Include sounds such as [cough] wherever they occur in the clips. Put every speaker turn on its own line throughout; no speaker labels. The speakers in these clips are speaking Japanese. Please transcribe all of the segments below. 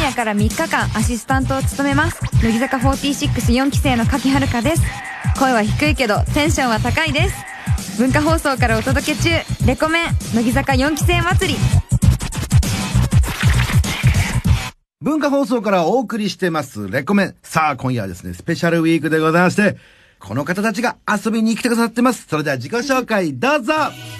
夜から3日間アシスタントを務めます乃木坂464期生の柿遥香です声は低いけどテンションは高いです文化放送からお届け中レコメン乃木坂4期生祭り
文化放送からお送りしてます、レコメン。さあ、今夜はですね、スペシャルウィークでございまして、この方たちが遊びに来てくださってます。それでは自己紹介どうぞ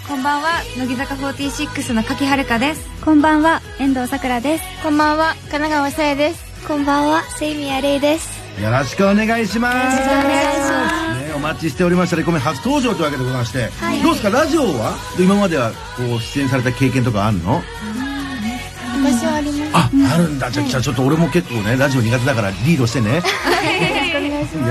こんばんは乃木坂46の柿遥香です
こんばんは、遠藤さくらです。
こんばんは、神奈川さやです。
こんばんは、セイミアレイです。
よろしくお願いします。よろしくお願いします。ね、お待ちしておりましたレコメン初登場というわけでございまして、どうですか、ラジオは今まではこう出演された経験とかあるの
私はあります。
あ、あるんだ。じゃあ、じゃあちょっと俺も結構ね、ラジオ苦手だからリードしてね。よ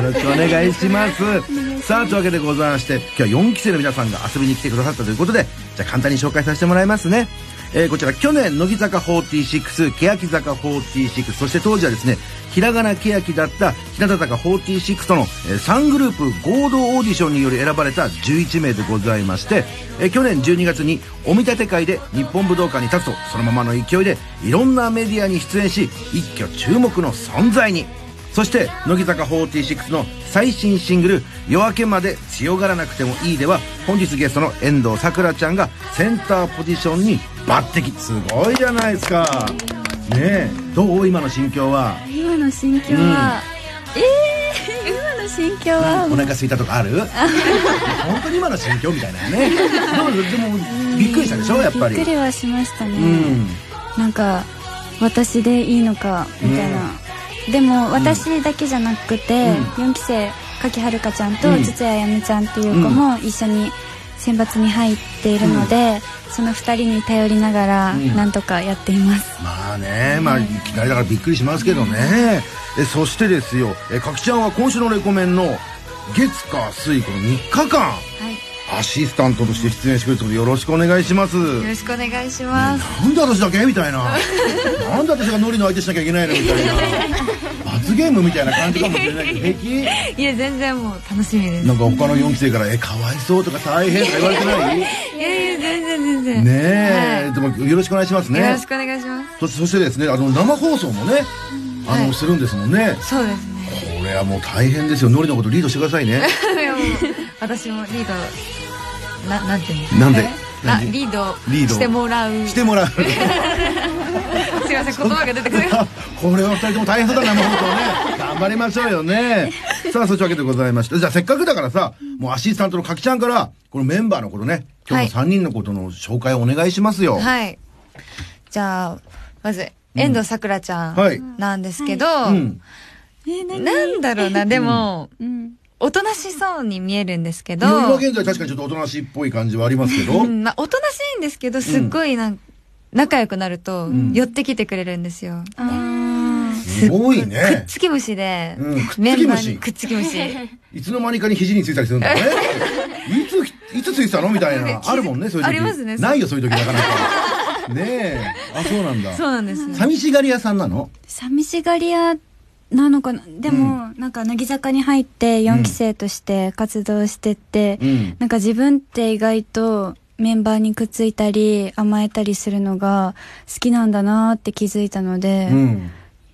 ろしくお願いします。さあ、というわけでございまして、今日は4期生の皆さんが遊びに来てくださったということで、じゃあ簡単に紹介させてもらいますね。えーこちら、去年、乃木坂46、欅坂46、そして当時はですね、ひらがな欅だった日向坂46との、え3グループ合同オーディションにより選ばれた11名でございまして、えー去年12月にお見立て会で日本武道館に立つと、そのままの勢いでいろんなメディアに出演し、一挙注目の存在に。そして乃木坂46の最新シングル「夜明けまで強がらなくてもいい」では本日ゲストの遠藤さくらちゃんがセンターポジションに抜擢すごいじゃないですかねえどう今の心境は
今の心境は、えー、今の心境は、
お腹すいたとかあ [laughs] る本当に今の心境みたいなねどうでもびっくりしたでしょやっぱり
びっくりはしましたね。
うん
なんか、私でいいのか、みたいな。でも、私だけじゃなくて、4期生、柿遥香ちゃんと、
うん
筒谷あやめちゃんっていう子も一緒に選抜に入っているので、その二人に頼りながら、
ん
なんとかやっています。
まあね、まあ、いきなりだからびっくりしますけどね。えそしてですよ、えかきちゃんは今週のレコメンの月火水この3日間、
はい。
アシスタントとして出演してくれるのでよろしくお願いします。
よろしくお願いします
なんで私だけみたいな。なんで私がノリの相手しなきゃいけないのみたいな。罰ゲームみたいな感じかもしれないけど、平気
いや全然もう楽しみです
なんか他の4期生から、え、かわいそうとか大変とか言われてないね
いやいや全然全然
え、でもよろしくお願いしますね。
よろしくお願いしま
そしてそしてですねあの生放送もねあの、
はい
するんですもんね
すそうですね
これはもう大変ですよノリのことリードしてくださいね
[laughs] いやもう私もリードななんていうんですか
なんで
な
なんで
リード
リード
してもらう
し
[laughs]
てもらう
すいません言葉が出てくる
これは二人とも大変そうだ生放送ね頑張りましょう
[laughs]
よねさあそういうわけでございましてじゃあせっかくだからさもうアシスタントのかきちゃんからこのメンバーのことね今日の3人のことの紹介をお願いしますよい、
はいじゃあまず遠藤さくらちゃ
はい
んなんですけど、
うん、
なんだろうなでも、
うん。
おとなしそうに見えるんですけど、
今現在確かにちょっとおとなしいっぽい感じはありますけど、
うんまあ、おとなしいんですけどすっごいなんか仲良くなると
ん
寄ってきてくれるんですよ、
あー
すごい
く [laughs] っ
ね
つき虫で、
うんくっつき虫
メンバーにくっつき虫
[laughs]
いつの間にかに肘についたりするんだ
[laughs]
よね。いつ、いつついてたのみたいな。あるもんね、そういう時。
ありますねそう
ないよ、そういう時なかなか。ねえ。あ、そう
[laughs]
なんだ。
そうなんです
寂しがり屋さんなの
寂しがり屋なのかなでも、なんか乃木坂に入って4期生として活動してって、
うん。
なんか自分って意外とメンバーにくっついたり甘えたりするのが好きなんだなって気づいたので、
うん。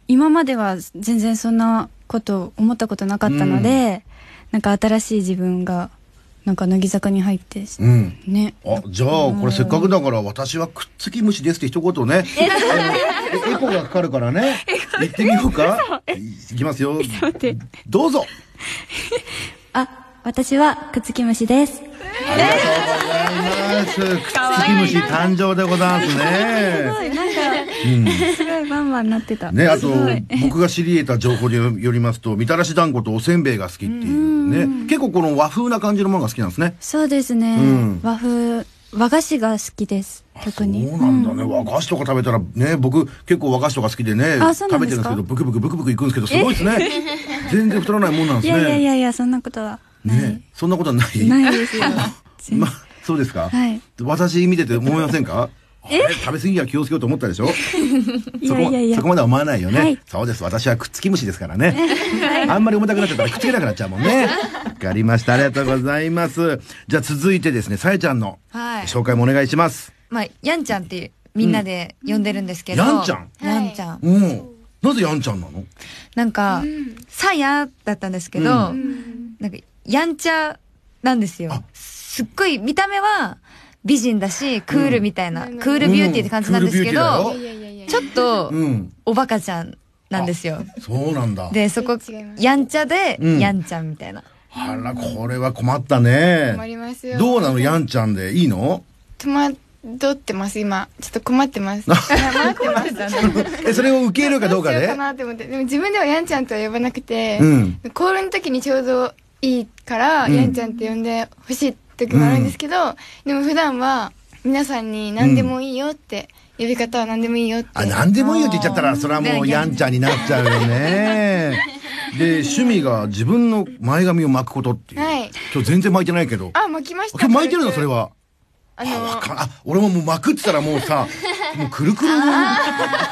今までは全然そんなこと思ったことなかったので、なんか新しい自分がなんか乃木坂に入ってし
うん。
ね
あ、じゃあ、これせっかくだから、私はくっつき虫ですって一言ね。あのえエコーがかかるからね。行ってみようか。いきますよ。どうぞ。
あ私はくっつき虫です
ありがとうございます。くっつき虫誕生でございますね。
なんか、 [laughs] すごいバンバンなってた、
ね、あと僕が知り得た情報によりますとみたらし団子とおせんべいが好きっていうね結構この和風な感じのものが好きなんですね
そうですね、
うん
和風和菓子が好きです特に
そうなんだね、和菓子とか食べたらね僕結構和菓子とか好きでね
あそうな
食
ん
べ
で
てるんです
すか
けどブクブクブクブクいくんですけどすごいですね全然太らないもんなん
い
です
や
ね
いやいやいやそんなことは
ねそんなことはない
ないですよ全然
まあそうですか、
はい
私見てて思いませんかあれ食べ過ぎは気をつけようと思ったでしょ
い
[laughs] そ
や
こ
いやいや
そこまでは思わないよね、
はい
そうです私はくっつき虫ですからね、あんまり重たくなっちゃったらくっつけなくなっちゃうもんねわかりましたありがとうございますじゃあ続いてですねさえちゃんの
はい
紹介もお願いします、
まあやんちゃんってみんなで呼んでるんですけど、
やんちゃん
やんちゃん
うんなぜやんちゃんなの
なんか、さやだったんですけど、
う
なんか、やんちゃなんですよ
あ。
すっごい、見た目は美人だし、クールみたいな、
うん
クールビューティーって感じなんですけ
うん
ど、
クールビューティーだよ
いやいやいやいや。
ちょっと、
うん。
おバカちゃんなんですよ。
そうなんだ。
で、そこ
違いま、す
やんちゃで、
うん
やんちゃんみたいな。
あら、これは困ったね。
困りますよ。
どうなのやんちゃんでいいの
戸惑ってます、今。ちょっと困ってます。困ってます。
[laughs] え、それを受け入れるかどうか
どうしよ
で
うかなって思って。でも自分ではやんちゃんとは呼ばなくて、
うん。
コールの時にちょうどいいから、
うん
やんちゃんって呼んでほしい時もあるんですけど、でも普段は皆さんに何でもいいよって、呼び方は何でもいいよって。
あ、なんでもいいよって言っちゃったら、それはもうやんちゃんになっちゃうよ
[laughs]
ね。で、趣味が自分の前髪を巻くことっていう。
はい
今日全然巻いてないけど。
あ、巻きまし
今日
た。
巻いてるのそれ
は。
は。あ
あ
わ
の、
かんあ、俺ももう巻くって言ったらもう
[laughs]
さ、もうくるくるの、こ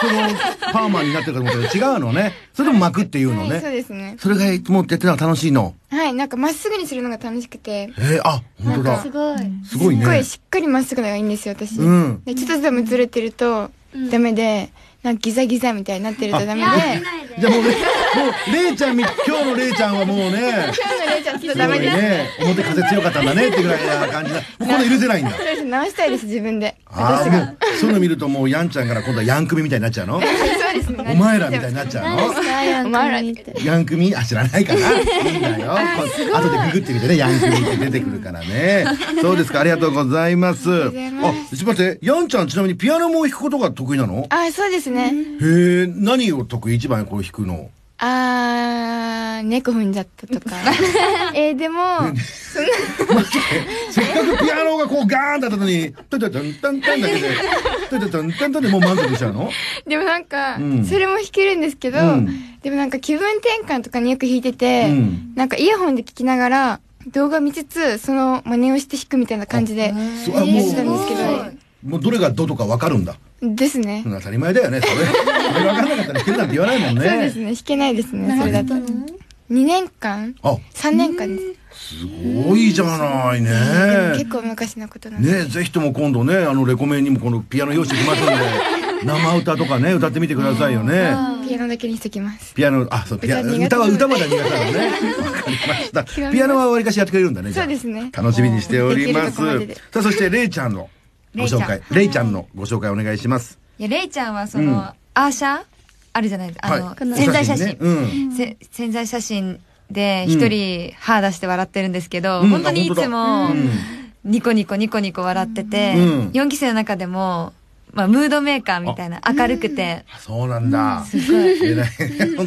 のパーマになってるかと思ったけど、違うのね。それでも巻くっていうの
はい、そう
ね。
ですね。
それがいつもやってるのは楽しいの。
はい、なんかまっすぐにするのが楽しくて。
えー、あ、本当
なん
だ
かす。ごい。
すごいね
すっごいしっかりまっすぐのがいいんですよ、私。
うん
でちょっとでもずれてると、ダメで、なんかギザギザみたいになってるとダメで、
じゃあもうね、もう、れいちゃんみ、今日のれいちゃんはもうね、
今日のレイちゃんちょ
すご
っと [laughs] ダメ
い
です。
ね、表風強かったんだねってぐらいな感じだ。もうこれ許せないんだ。
そうです直したいです、自分で。
ああ、
私
も
が。
う、そういうの見るともう、やんちゃんから今度はやん組みたいになっちゃう
[laughs]
の
そうですね。
お前らみたいになっちゃうの
お前らって。
ヤン組あ、知らないかないいんだよ。あとでググってみてね、ヤン組って出てくるからね。そうですか、ありがとうございます。あ、ち
りがとうございま
ょっと待って、ヤンちゃんちなみにピアノも弾くことが得意なの
あ、そうですね。
へえ、何を得意一番こう弾くの
あー、猫踏んじゃったと [laughs] か。えー、でも、
せっかくピアノがこうガーンだったのに、トントントントントンだけで、トントントントントンでもう満足しちゃうの
でもなんか
うん、
それも弾けるんですけど
うん、
でもなんか気分転換とかによく弾いてて
うん、
なんかイヤホンで聞きながら、動画見つつ、その真似をして弾くみたいな感じで、やっ
そうあ
てたんですけ
も
ど、
う、もうどれがどとかわかるんだ。
ですね。
当たり前だよね。それ、それわかんなかったら弾けるなんて言わないもん
そうで
ね
す。ね、弾けないですね、それだと。2年間
あ、
?3 年間です。
すごいじゃないね。
でも結構昔のことなんで。
ねぜひとも今度ね、あの、レコメンにもこのピアノ用意してきますので、生歌とかね、歌ってみてくださいよね。
ピアノだけにしときます。
ピアノ、あ、そう、ピア
歌苦手
歌は歌まだ苦手なのね。わかりました。ピアノはわりかしやってくれるんだね、じゃあ
そうですね
楽しみにしております
できるとこまでで。
さあ、そして、れいちゃんのご紹介。れいちゃんのご紹介お願いします。
いや、レイちゃんはそ
うん
の、アーシャあるじゃないですか。あの、潜在写真
ね。うん。
せ潜在写真で
うん
一人歯出して笑ってるんですけど、
うん
本当にいつ
あ
も
本当だうん
ニコニコニコニコ笑ってて、
うん
4期生の中でも、まあ、ムードメーカーみたいな明るくて、
あそうなんだ。す
すごい
偉い。本当に、こ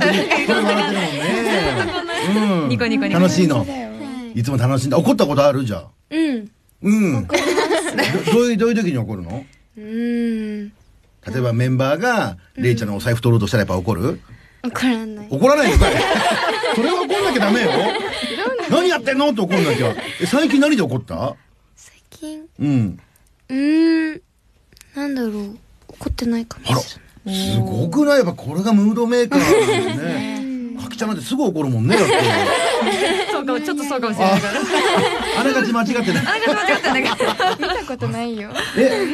れ笑ってるもんね。うん。
ニコニコニコ
楽しいの。
はい
つも楽しんだ。怒ったことあるじゃん。
うん。
うん。どどういう、どういう時に怒るの
うん。
例えばメンバーが、れいちゃんのお財布取ろうとしたらやっぱ怒る
怒らない。
怒らない [laughs] のかいそれは怒んなきゃダメよ。何やってんのって怒んなきゃ。え、最近何で怒った
最近、
うん。
うーん。なんだろう。怒ってないかもし
あら、
れない。
すごくないやっぱこれがムードメーカーなんですね。かきちゃんなんてすぐ怒るもんね、だって。
そうかも、ちょっとそうかもしれな
あ
いから。、
あながち間違ってない。
あ、なんか間違った、なんか。
見たことないよ。
え、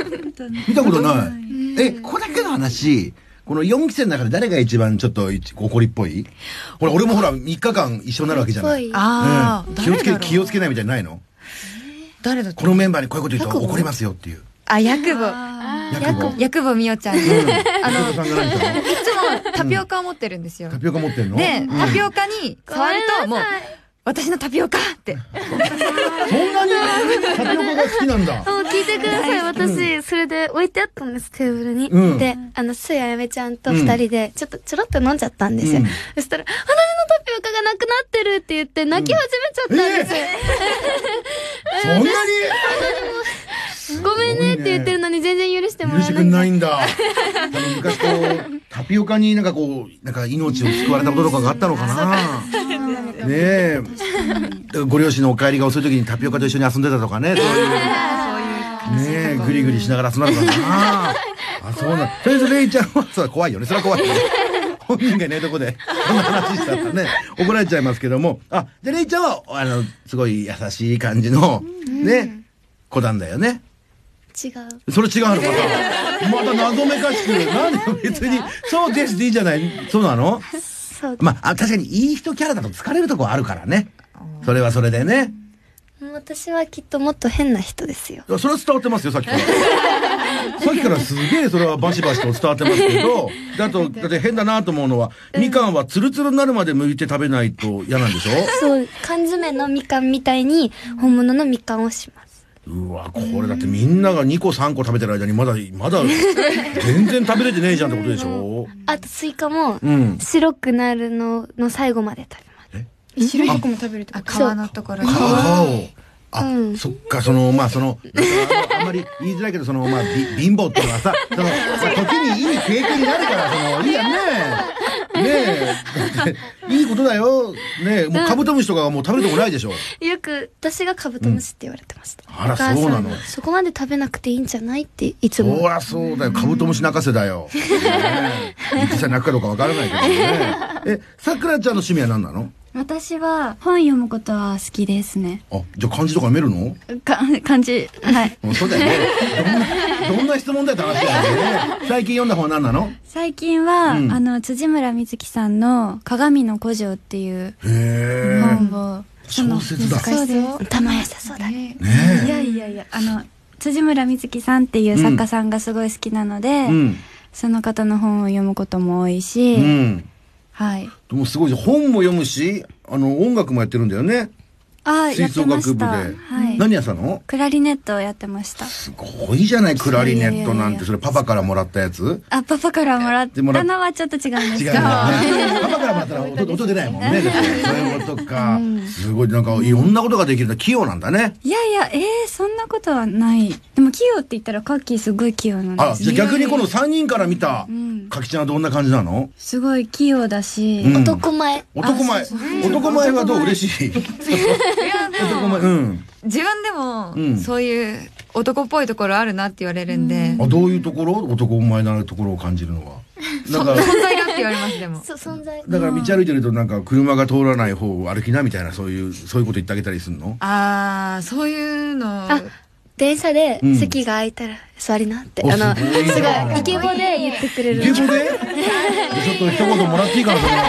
見たことない。え、ここだけの話、この4期生の中で誰が一番ちょっとい怒りっぽいほら、俺もほら、3日間一緒になるわけじゃない。
ぽい
ああ、
うん気をつけ、気
を。
をつけないみたいなのないの
誰だっ
このメンバーにこういうこと言うと怒りますよっていう。
あ、ヤクボ。
役も。
ヤクボみおちゃん。いつ
うん。あの、さんが何
も
か
タピオカを持ってるんですよ
タ。ピオカ持ってんの
で、
うん
タピオカに触ると、もう、私のタピオカって。
そんなにタピオカが好きなんだ。
もう聞いてください。私、それで置いてあったんです、テーブルに。
うん
で、あの、すややめちゃんと二人で、ちょっとちょろっと飲んじゃったんですよ。
うん
そしたら、花のタピオカがなくなってるって言って、泣き始めちゃったんです。
そんなに
ごめんねって言ってるのに全然許しても
許
ら
して
え
くん
な。
ないいんだ。あの、昔こう、タピオカになんかこう、なんか命を救われたこととかがあったのかな。ねえ。ご両親のお帰りが遅い時にタピオカと一緒に遊んでたとかね、 [laughs] そういう。ねえ、ぐりぐりしながら遊んだのか [laughs] な。あ、そうなんとりあえず、レイちゃんは、それは怖いよね。それは怖いよね。本人がいないとこで、こんな話したらね、怒られちゃいますけども。あ、で、レイちゃんは、あの、すごい優しい感じの、ね、子なんだよね。
違う。
それ違うのかなまた謎めか [laughs] しく。なんで別に、そうですでいいじゃない。そうなの
そう。
まあ、あ確かにいい人キャラだと疲れるとこあるからね。それはそれでね。
私はきっともっと変な人ですよ。
いやそれは伝わってますよ、さっき [laughs] から。さっきからすげえそれはバシバシと伝わってますけど、だと、だって変だ [laughs] なと思うのは、みかんはツルツルになるまで剥いて食べないと嫌なんでしょ
そう、缶詰のみかんみたいに本物のみかんをします。
うわ、これだってみんなが2個3個食べてる間にまだ、ま [laughs] だ、全然食べれてねえじゃんってことでしょ
あとスイカも
うん
白くなるのの最後まで食べます。
白いとこも食べるってこ
あ
と
皮のところに
皮を。あ、
うん
そっか、その、まあ、その、あのあんまり言いづらいけど、その、まあ、び貧乏っていうのはさ、その、まあ時にいい経験になるから、その、いいやねえ。ねえだって。いいことだよ。ねえ、もうカブトムシとかはもう食べるとこないでしょ。
よく私がカブトムシって言われてました。
あら
お母さん
そうなの
そこまで食べなくていいんじゃないっていつ
そり
も。
ゃそうだよ。カブトムシ泣かせだよ。ねえ実際泣くかどうかわからないけどね。え、さくらちゃんの趣味は何なの
私は本読むことは好きですね
あ、じゃあ漢字とか読めるの
か漢字はい
うんそうだよね。どんな、どんな質問だよって話だよね。最近読んだ本は何なの
最近は、
うん
あの辻村瑞希さんの「鏡の古城」っていう
へえ。
本をその
小説だ
そうです
頭良さそうだね。
ね
いやいやいやあの辻村瑞希さんっていう作家さんがすごい好きなので、
え。うん。
その方の本を読むことも多いし、
うん。
はい
でもすごいじゃん本も読むし、あの、音楽もやってるんだよね。
あや
吹
って
奏
ま
楽
し
部で。
たはい
何やってたの
クラリネットをやってました
すごいじゃない、クラリネットなん
いやいやい
て。
や
それパパからもらったやつ
あパパからもらっ
で
た
もらっ
のはちょっと違うんです
違
け [laughs]
うよ
ど
ね。パパからもらったら音音出ないもんね。だってそういうことか。すごい、なんかいろんなことができるんだ。器用なんだね。
いやいやえー、そんなことはないでも器用って言ったらカッキーすごい器用なん
あ、
です
じゃあ逆にこの3人から見た
ん、
かきちゃんはどんな感じなの
すごい器用だし、
うん
男前。
男前。男前はどう嬉しい。
いやで
男前。
も
うん。
自
う
分で
ん
もそういう男っぽいところあるなって言われるんで
あ、どういうところ男前なところを感じるのは。なんか、
存在だって言われますでも
そ存在。
だから道歩いてるとなんか車が通らない方を歩きなみたいなそういうそういうこと言ってあげたりするの
ああそういうの
あ電車で
うん
席が空いたら座りなって、
お
あの
すごいな
すごいイケボで言ってくれ
イ
る
ケボでちょっと一言もらっていいかなそれは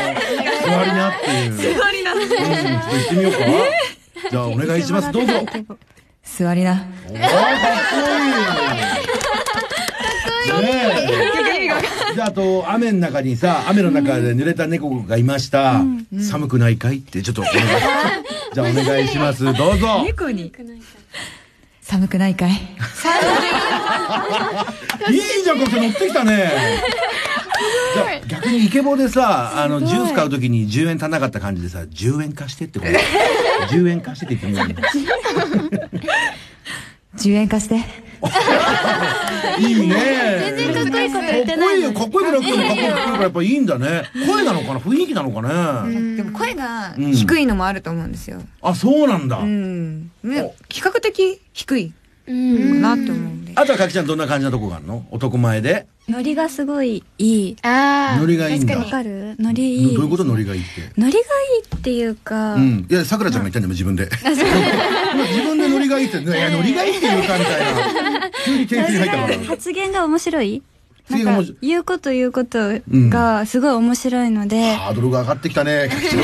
座りなっていう座りなってちょっと行ってみようかじゃあお願いしますどうぞおーかっこ
座りない
いねえじゃああと雨の中にさ雨の中で濡れた猫がいました、寒くないかいってちょっとお願いじゃあお願いしますどうぞ
猫に寒くないかい
いいじゃん、こっち乗ってきたね。じゃあ逆にイケボでさ、あの、ジュース買うときに10円足んなかった感じでさ、10円貸してってこと。10円貸してって言ってみる
10円貸して
いいね。
全然かっこいいこと言っ
か
て
っこ
ない
い
の
よ、
に
かっこよくなくてもかっこよくなるからやっぱいいんだね。声なのかな雰囲気なのかね。
でも声が
うん
低いのもあると思うんですよ
あ、そうなんだ
う。んね比較的低い
うん
かなって思うんで
あとはかきちゃんどんな感じのとこがあるの男前で。
ノリがすごいいい
ああ
ノリがいいんだ
わ
確か
かるノリいい
どういうことノリがいいって。
ノリがいいっていうか、
うん。いや、さくらちゃんが言ったんだもん、自分で。自分でノリがい
[laughs]
いって、いや、ノリがいいって言うかみたいな。急に点数入ったから。
発言が面白い
発
な
言が面
ん
白
か
い
言うこと言うことがすごい面白いので、
ハードルが上がってきたね。
ねす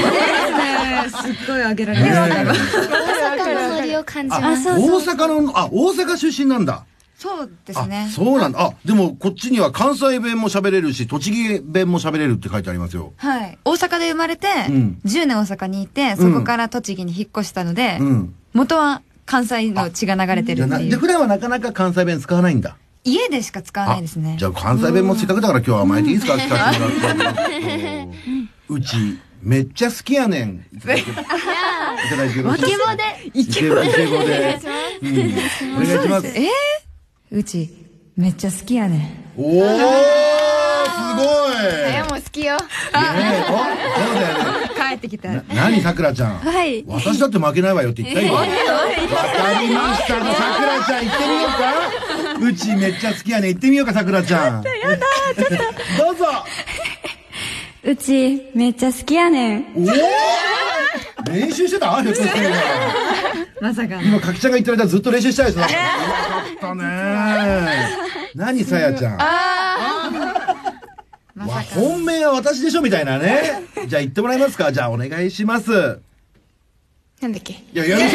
っごい上げられ
ね
ました今
え
大阪のノリを感じ
あ
ます
そうそ
大
う
阪の、あ、大阪出身なんだ。
そうです
あ
ね、
そうなんだ。あ、でもこっちには関西弁も喋れるし、栃木弁も喋れるって書いてありますよ。
はい大阪で生まれて
うん
10年大阪にいてそこから栃木に引っ越したので
うん。
元は関西の血が流れてる
じゃあ
っ
な、
てい
で、
う
普段はなかなか関西弁使わないんだ。
家でしか使わないですね
じゃあ関西弁もせっかくだから今日は甘えていいですか聞かせてもら [laughs] って。うち、めっちゃ好きやねん。いただいてよろしいで
イケ
すか
ボで
イケボイケボで。うんお願いします。
えーうちめっちゃ好きやねん
おーすごい
にいやもう好きよ
ねえおそうだよね。
帰ってきた
な何さくらちゃん。
はい
私だって負けないわよって言 [laughs] ったよ。わかりま [laughs] したが、さくらちゃん行ってみようか。うちめっちゃ好きやね。行ってみようか、さくらちゃん。 [laughs] やだ、どうぞ。
うちめっちゃ好きやねん
おお。練習してたあひょっとして
まさかの。
今、かきちゃんが言ってる間ずっと練習したいですね。よかったね。何、さやちゃん。
ま
わ
さかの。
本命は私でしょみたいなね。じゃあ言ってもらえますかじゃあお願いします。
なんだっけ
いや、いやめ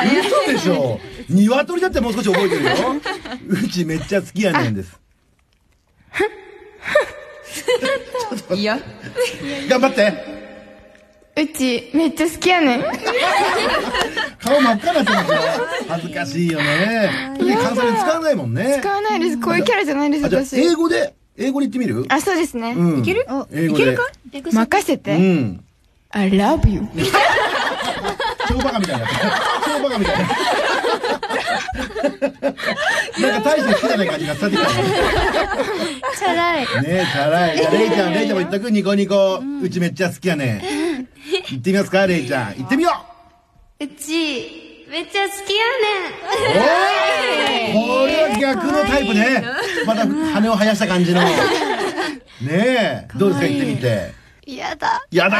嘘でしょ鶏だってもう少し覚えてるよ。うちめっちゃ好きやねんです。
いや。
頑張って
うちめっちゃ好きやねん
顔真っ赤になってますよ。恥ずかしいよね。で関西弁使わないもんね
使。わないですこういうキャラじゃないです
あ、じゃあ
私
英語で、英語で言ってみる
あそうですね、
うん。い
ける
英語
いけ
で。
るか
任せて、
うん
I love
[laughs]
you
超バカみたいな。超バカみたいな。なんか大して好きじゃない感じが伝わってきたね。
チャラい。
ねえ、チャラい。じゃあ、レイちゃん、レイちゃんも言っとくニコニコ。うちめっちゃ好きやね。行ってみますか、レイちゃん。行ってみよう
うち、めっちゃ好きや
おーこれは逆のタイプね。また羽を生やした感じの。ねえ、どうですか、行ってみて。
ねん。やだ。
やだ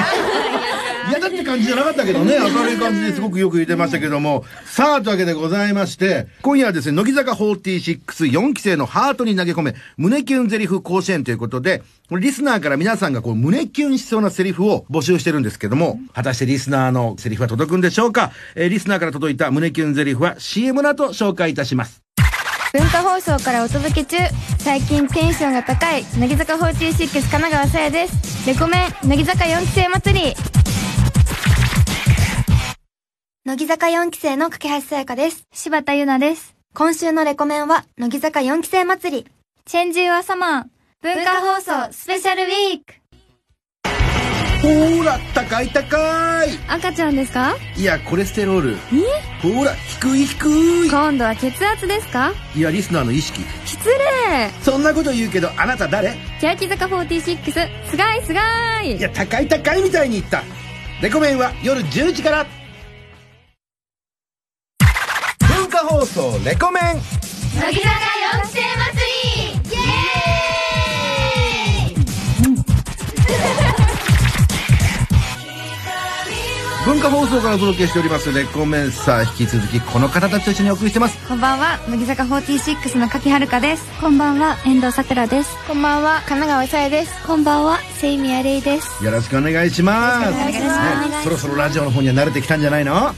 やだって感じじゃなかったけどね、明るい感じですごくよく言ってましたけども。さあ、というわけでございまして、今夜はですね、乃木坂464期生のハートに投げ込め、胸キュンゼリフ甲子園ということで、これリスナーから皆さんがこう胸キュンしそうなセリフを募集してるんですけども、果たしてリスナーのセリフは届くんでしょうかえーリスナーから届いた胸キュンゼリフは CM の後紹介いたします。
文化放送からお届け中最近テンションが高い乃木坂46神奈川さやですレコメン乃木坂4期生祭り
乃木坂4期生の架橋さやかです。柴田優奈です。今週のレコメンは、乃木坂4期生祭り。チェンジユアサマー。文化放送スペシャルウィーク。
ほら、高い高い
赤ちゃんですか
いや、コレステロール。ほら、低い低い
今度は血圧ですか
いや、リスナーの意識。
失礼
そんなこと言うけど、あなた誰
欅坂46、すがいすが
い
い
や、高い高いみたいに言った。レコメンは夜10時から。文化放送レコメン。
乃木坂4期生祭りイエーイ
文化放送からお届けしておりますレコメンさあ、引き続きこの方たちと一緒にお送りしてます。
こんばんは、乃木坂46の柿遥香です。
こんばんは、遠藤さくらです。
こんばんは神奈川さやです
こんばんは、せいみやれいです。
よろしくお願いします。ねそろそろラジオの方には慣れてきたんじゃないのは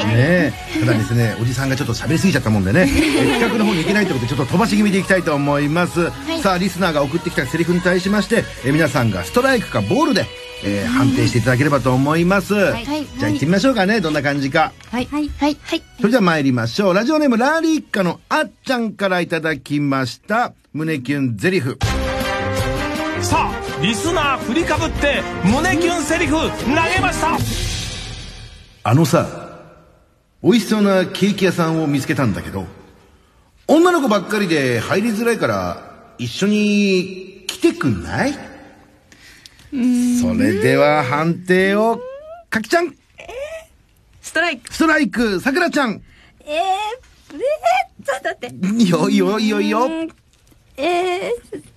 い。ねえただですね、おじさんがちょっと喋りすぎちゃったもんでね、え企画の方に行けないということで、ちょっと飛ばし気味でいきたいと思います。さあ、リスナーが送ってきたセリフに対しまして、え皆さんがストライクかボールで、えー判定していただければと思います。
はい
じゃあ行ってみましょうかね、どんな感じか。
はい。はい。
はいはい
それでは参りましょう。ラジオネームラーリー一家のあっちゃんからいただきました、胸キュンゼリフ。
さあリスナー振りかぶって胸キュンセリフ投げました
あのさ、美味しそうなケーキ屋さんを見つけたんだけど、女の子ばっかりで入りづらいから、一緒に来てくんないそれでは判定を、かきちゃん、
ストライク。
ストライク、さくらちゃん。
えー、えー、ちょっと待って。
いいよいいよいいよいいよ。
え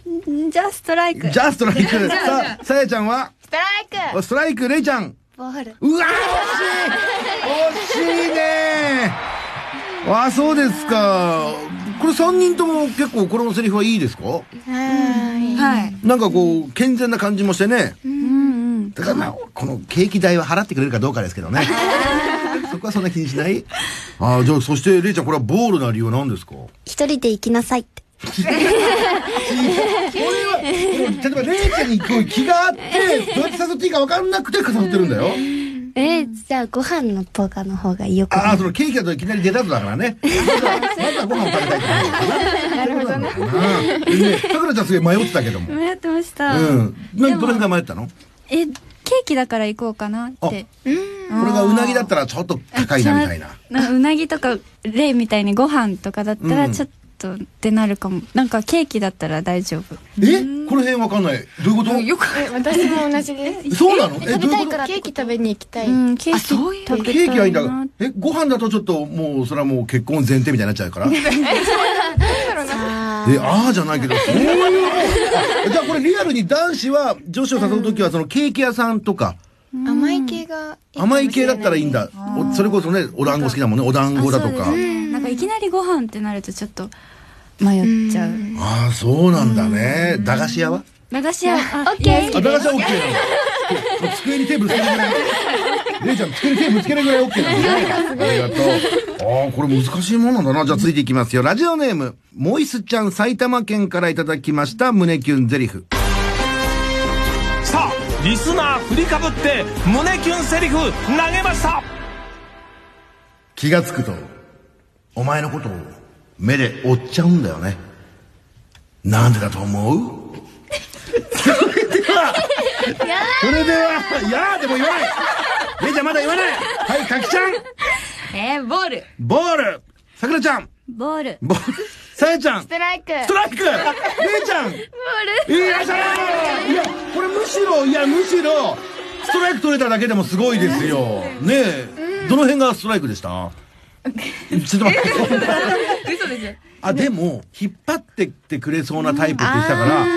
ー、じゃあストライク。
じゃあストライク。さあ、さやちゃんは、
ストライ
ストライク、れいちゃん。
ボール。
うわー惜しい惜しいねああそうですかこれ3人とも結構これのセリフはいいですか
はい。
なんかこう健全な感じもしてねただまあこのケーキ代は払ってくれるかどうかですけどねそこはそんな気にしないああじゃあそしてレイちゃんこれはボールな理由は何ですか
一人で行きなさいって。
これは、例えばレイちゃんにこう気があって、どうやって誘っていいか分かんなくて誘ってるんだよ。
えじゃあご飯のポーカーの方がよく
ああ、そのケーキだといきなりデザートだからね。まずはご飯を食べたいってことなのかな。なるほどね。さくらちゃんすげえ迷ってたけども。うん。
迷ってました、
なんどれぐらい迷ったの
えケーキだから行こうかなって
これがうなぎだったらちょっと高いなみたいな。
なうなぎとかレイみたいにご飯とかだった
う
ら
ん
ちょっとってなるかも、なんかケーキだったら大丈夫
えこの辺わかんない。どういうこ
よく、
ク私も同じです
とそうなのえ、どういうこと
ケーキ食べに行きたい、
うんケー
あ、
キ
そういう。
食べ
ケ
た
ーキはいいんだ
なって
え、ご飯だとちょっともう、それはもう結婚前提みたいになっちゃ [laughs] うから。え、ああじゃないけど、そういうもん。あじゃあこれリアルに男子は女子を誘うときは、そのケーキ屋さんとか、
甘い系がいいかもしれな
甘い系だったらいいんだ。おそれこそね、お団子好きだもんね。お団子だと
あ
か
そうです。ねなんかいきなりご飯ってなるとちょっと迷っちゃう
ああ、そうなんだね。駄菓子屋は
駄菓子屋あ
オッケー
あ、駄菓子屋 OK なの。もう机にテーブルつけないぐらい。レイちゃん、机にテーブルつけないぐらい OK なんだね。ありがとう。ああ、これ難しいもんなんだな。じゃあ続いていきますよ。ラジオネーム、モイスちゃん埼玉県からいただきました胸キュンゼリフ。
さあリスナー振りかぶって胸キュンセリフ投げました
気がつくと、お前のことを目で追っちゃうんだよね。なんでだと思うそれでは、それでは、いやーでも言わないレイちゃんまだ言わないはい、かきちゃん
えー、ボール
ボールさくらちゃん
ボール
ボールさやちゃんス
ストライク
トライクレイちゃんボールいや、さやいや、これむしろ、いや、むしろ、ストライク取れただけでもすごいですよ。ねえ、どの辺がストライクでした [laughs] ちょっと待って。
嘘ですよ
あ、でも、引っ張ってってくれそうなタイプって言ってたから、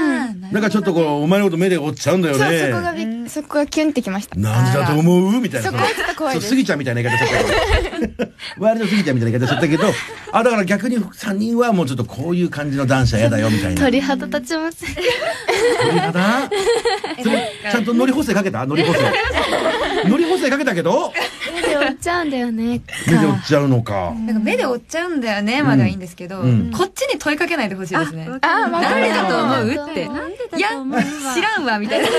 なんかちょっとこう、お前のこと目で追っちゃうんだよ
そうそこ
ね。
がびっそこがキュンってきました
なんでだと思うみたいな。
そこはちょっと怖いです
そうスギちゃんみたいな言い方しちゃったけど。 [laughs] 割とスギちゃんみたいな言い方しちゃったけど、あ、だから逆に3人はもうちょっとこういう感じの男子は嫌だよみたいな。
鳥肌立ちます。
鳥肌それ、ちゃんと乗り補正かけた乗り補正。乗り補正かけたけど、
で、追っちゃうんだよね。
目で追っちゃうのか。
なんか目で追っちゃうんだよねまではいいんですけど、
うん
こっちに問いかけないでほしいですね。
あーわか
誰
る
だと思うって。
なんで
いや、知らんわ、みたいな。
じ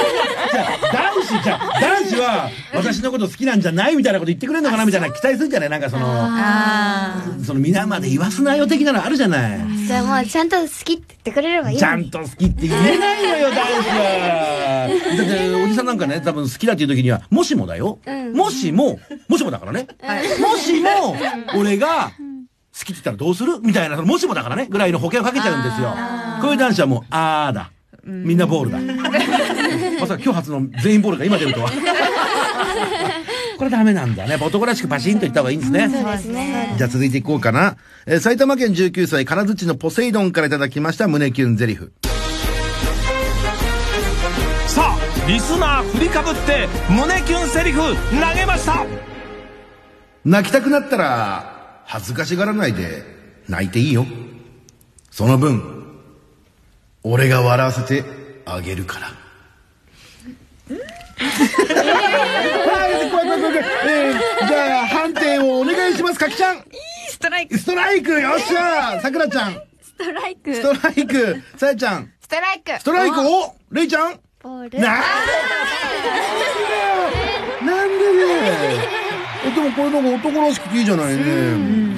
ゃあ男子じゃあ男子は私のこと好きなんじゃないみたいなこと言ってくれるのかなみたいな期待するんじゃないなんかその。
あ
その皆まで言わすなよ的なのあるじゃない。
じゃあもうちゃんと好きって言ってくれればいい
ちゃんと好きって言えないの [laughs] よ、男子は。だって、おじさんなんかね、多分好きだっていう時には、もしもだよ。もしも、もしもだからね。もしも、俺が、好きって言ったらどうするみたいな、そのもしもだからね、ぐらいの保険をかけちゃうんですよ。こういう男子はもう、あーだ。みんなボールだ。 [laughs] まさか今日初の全員ボールが今出るとは。これダメなんだね。やっぱ男らしくパシンと言った方がいいんですね。
そうですね。
じゃあ続いていこうかな。えー埼玉県19歳、金槌のポセイドンからいただきました胸キュンゼリフ。
さあリスナー振りかぶって胸キュンセリフ投げました
泣きたくなったら、恥ずかしがらないで、泣いていいよ。その分、俺が笑わせてあげるから。はい、怖い怖い怖い怖い。えーじゃあ、判定をお願いします、かきちゃん。
ストライク。
ストライクよっし [laughs] ゃーさくらちゃん。ストライク。ストライク。さやちゃん。
ストライク
ストライクをれいちゃん
ボー
なん
ル。
でなんでねえでもこれなんか男らしくていいじゃないね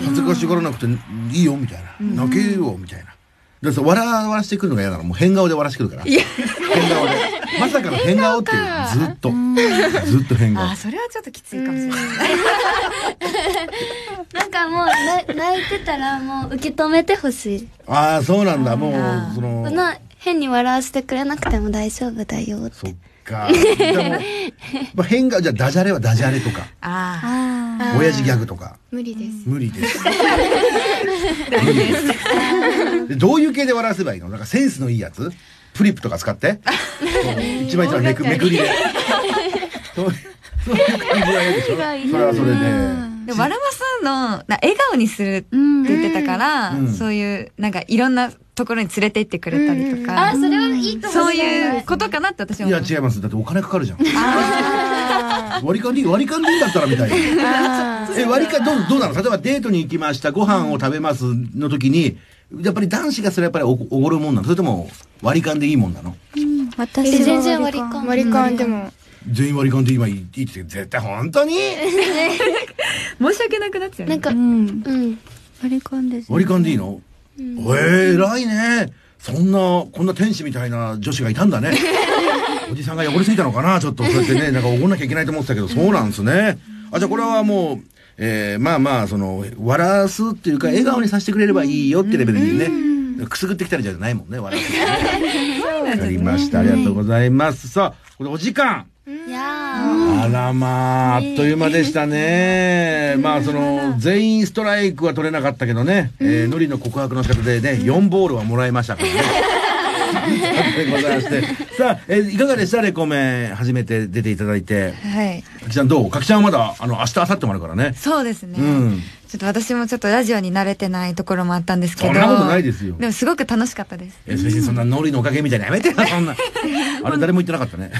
恥ずかしがらなくていいよみたいな泣けよみたいなだからさ笑わしてくるのが嫌なのもう変顔で笑わしてくるから変顔でまさかの変顔っていうずっとずっと変顔
あ、それはちょっときついかもしれない。
なんかもうな [laughs] 泣いてたらもう受け止めてほしい。
ああそうなんだもうその
その変に笑わせてくれなくても大丈夫だよって。
そっかでもまあ変顔じゃあダジャレはダジャレとか
あ
親父ギャグとか
無理です
無理です。無理です。どういう系で笑わせばいいのなんかセンスのいいやつフリップとか使って。そう一枚一枚めくめくりで。そうそういう感じがいいでしょそれはそれ
あ。
で。
で、わらわさんの、な笑顔にするって言ってたから、
うん
そういう、なんかいろんなところに連れて行ってくれたりとか、
それはいいか
そういうことかなって私はい
や
思う。
違います。だってお金かかるじゃん。割り勘でいい割り勘でいいんだったらみたいな。え、割り勘どう、どうなの例えばデートに行きました、ご飯を食べますの時に、やっぱり男子がそれやっぱりおおごるもんなのそれとも割り勘でいいもんなの
私
え
は
全然割り勘。
割り勘でも
全員割り勘で今いいって絶対本当に
申し訳なくなっちゃう。
なんか、
う
うんん。
割り勘です
割り勘でいいの、ええ偉いねそんなこんな天使みたいな女子がいたんだねおじさんが汚れすぎたのかなちょっとそうやってねなんかおごんなきゃいけないと思ってたけどそうなんですねあじゃあこれはもうえー、まあまあその笑わすっていうか笑顔にさせてくれればいいよってレベルにね、くすぐってきたりじゃないもんね笑わすわかりましたありがとうございますさあこれお時間
いや
あらまあ、あっという間でした [laughs] ね。まあ、その、全員ストライクは取れなかったけどね、えー、ノリの告白の仕方でね、4ボールはもらいましたからね。でございまして。 [laughs] さあ、えーいかがでしたレコメン、初めて出ていただいて。
はい。
かきちゃんどうかきちゃんはまだ、あの、明日、明後日もあるからね。
そうですね。
うん
ちょっと私もちょっとラジオに慣れてないところもあったんですけど。
そんなことないですよ
でもすごく楽しかったです。
えー、そしてそんなノリのおかげみたいなやめてよ、そんな。 [laughs] あれ、誰も言ってなかったね。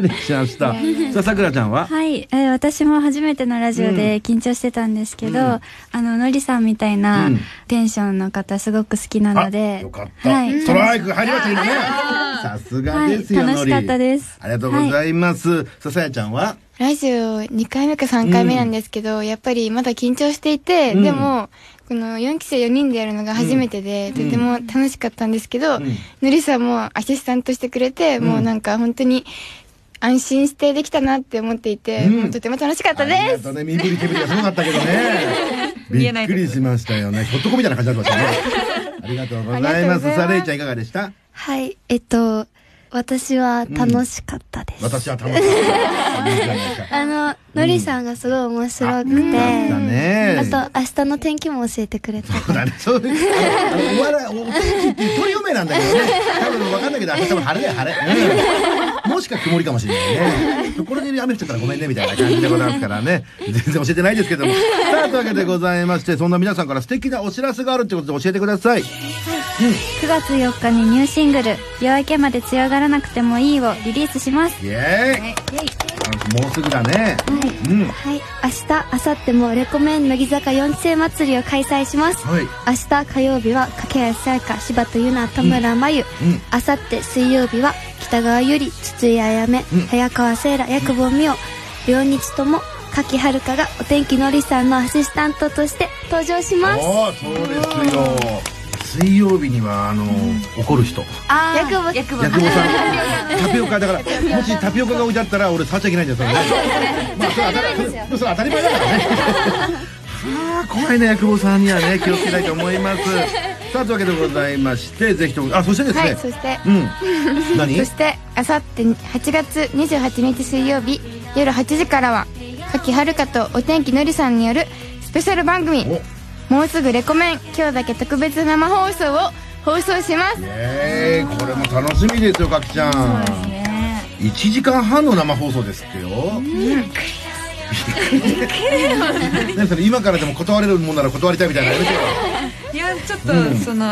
失礼しました。さあ、さくらちゃんは
はい、えー私も初めてのラジオで緊張してたんですけど、あののりさんみたいな
うん
テンションの方すごく好きなの
あ
で、
よかった。
はい
トライク入りました、今ね。さすがですよ、
はい
ノリ。
楽しかったです
ありがとうございます。ささやちゃんは
ラジオ2回目か3回目なんですけど、やっぱりまだ緊張していて、
うん
でも、この4期生4人でやるのが初めてで、とても楽しかったんですけど、
ん
のりさんもアシスタントしてくれて、もうなんか本当に安心してできたなって思っていて、
うん
もうとても楽しかったで
ありが
す。
とうね。身振り手振りがすごかったけどね。
見
[laughs] び
えない
っ
と
く
こ
りしましたよね。ひょっとこみたいな感じになってました [laughs] ね。ありがとうございます。さあ、れいちゃんいかがでした
はい、えっと、私は楽しかったです。
私は楽しかった。 [laughs] いいじゃないか
あの、のりさんがすごい面白くて、
だ
あ
ね。
と明日の天気も教えてくれた。
そうだね。 [laughs] そういう、お笑い、お天気っていう鳥嫁なんだけどね。多分わかんないけど、明日も晴れだよ、晴れ。うんもしか曇りかもしれないね。ところで雨降っちゃったらごめんね、みたいな感じでございますからね。全然教えてないですけども。さあ、というわけでございまして、そんな皆さんから素敵なお知らせがあるということで教えてください。
9月4日にニューシングル「夜明けまで強がらなくてもいい」をリリースします
イエーイもうすぐだね。うん。は
はい、明日、明後日もレコメン乃木坂4期生祭りを開催します。
い。
明日火曜日は掛橋さやか柴田優奈田村真由、
うん
明後日水曜日は北川由里筒井あやめ、
うん
早川せいら薬房美桜両日とも柿遥香がお天気のりさんのアシスタントとして登場します
おーそうですよ。水曜日には、あの、怒る人。
あ
薬房
薬
薬房さん、タピオカだから、もしタピオカが置いてあったら、俺、触っちゃいけないんだよ、 [laughs] それね。まあ、それ当たりそれ当たり前だからね。 [laughs] はあ、怖いね、薬房さんにはね、気をつけたいと思います。さあ、というわけでございまして、ぜひとも、あ、そしてですね。
はい、そして、
うん。何
そして、あさって8月28日水曜日夜8時からは、柿遥香とお天気のりさんによるスペシャル番組、
お
もうすぐレコメン今日だけ特別生放送を放送します
えー、これも楽しみですよ、かきちゃん。1時間半の生放送ですってよ。び [laughs] っくりだ。何それ今からでも断れるもんなら断りたいみたいなのやめてよ
いやちょっと、その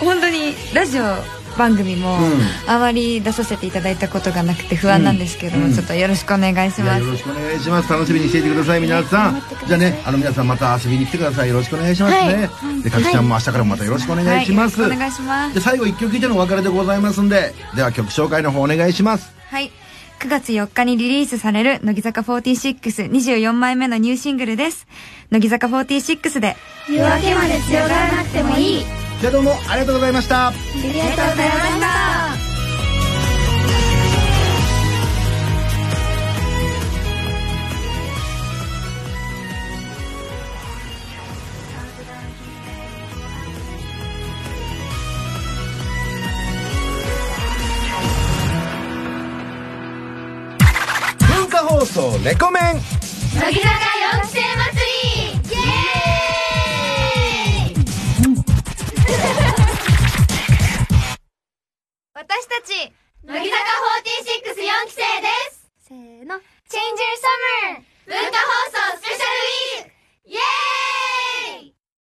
本当にラジオ番組も
うん
あまり出させていただいたことがなくて不安なんですけども、
うん
ちょっとよろしくお願いし
じゃ
ま
あ
す
よろしくお願いします楽しみにしていてください皆さんじゃあねあの皆さんまた遊びに来てくださいよろしくお願いしますね、でかきちゃんも明日からもまたよろしくお願いします、
はい、よろしくお願いします
で最後一曲聴いてのお別れでございますんででは曲紹介の方お願いします
はい9月4日にリリースされる乃木坂4624枚目のニューシングルです乃木坂46で
夜明けまで強がらなくてもいい。
じゃあどうもありがとうございました
ありがとうございました。
文化放送レコメン
乃木坂4期生祭りイエーイ私たち乃木坂464期生ですせーの Change your summer 文化放送スペシャル